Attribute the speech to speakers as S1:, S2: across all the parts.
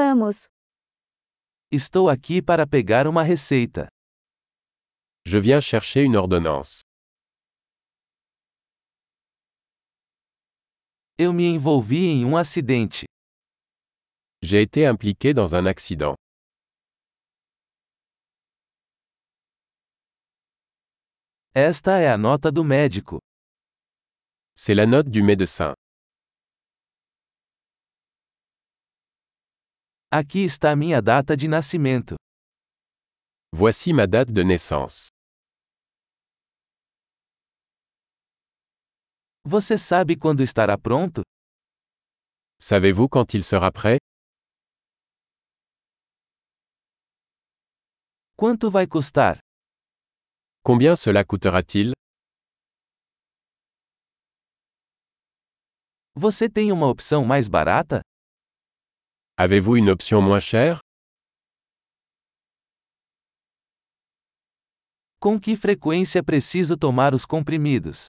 S1: vamos.
S2: Estou aqui para pegar uma receita.
S3: Je viens chercher une ordonnance.
S2: Eu me envolvi em um acidente.
S3: J'ai été impliqué dans un accident.
S2: Esta é a nota do médico.
S3: C'est la note du médecin.
S2: Aqui está minha data de nascimento.
S3: Voici ma date de naissance.
S2: Você sabe quando estará pronto?
S3: Savez-vous quand il sera prêt
S2: Quanto vai custar?
S3: Combien cela coûtera-t-il
S2: Você tem uma opção mais barata?
S3: Avez-vous une option moins chère
S2: Com que frequência preciso tomar os comprimidos?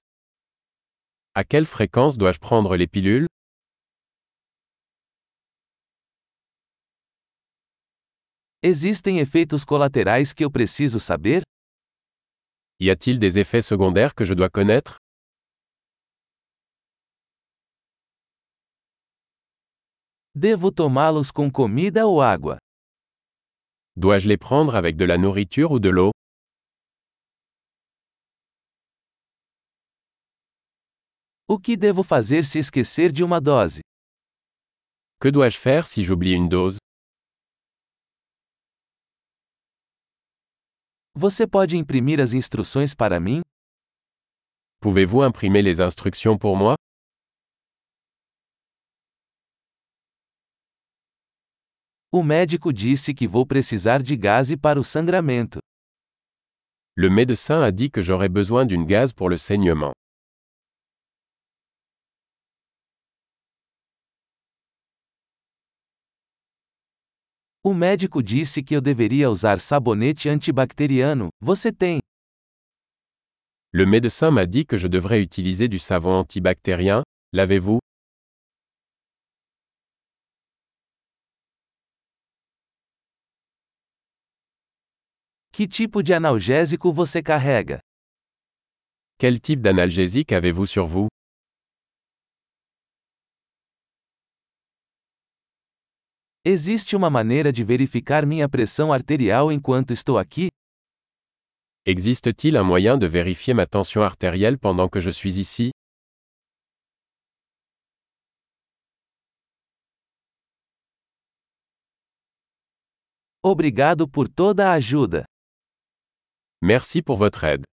S3: À quelle fréquence dois-je prendre les pilules
S2: Existem efeitos colaterais que eu preciso saber?
S3: Y a-t-il des effets secondaires que je dois connaître
S2: Devo tomá-los com comida ou água?
S3: Dois-je les prendre avec de la nourriture ou de l'eau
S2: O que devo fazer se esquecer de uma dose?
S3: Que dois-je faire si j'oublie une dose
S2: Você pode imprimir as instruções para mim?
S3: Pouvez-vous imprimer les instructions pour moi
S2: O médico disse que vou precisar de gaze para o sangramento.
S3: Le médecin a dit que j'aurais besoin d'une gaz pour le saignement.
S2: O médico disse que eu deveria usar sabonete antibacteriano. Você tem?
S3: Le médecin m'a dit que je devrais utiliser du savon antibactérien. L'avez-vous
S2: Que tipo de analgésico você carrega?
S3: Quel type d'analgésique avez-vous sur vous
S2: Existe uma maneira de verificar minha pressão arterial enquanto estou aqui?
S3: Existe-t-il un moyen de vérifier ma tension artérielle pendant que je suis ici
S2: Obrigado por toda a ajuda.
S3: Merci pour votre aide.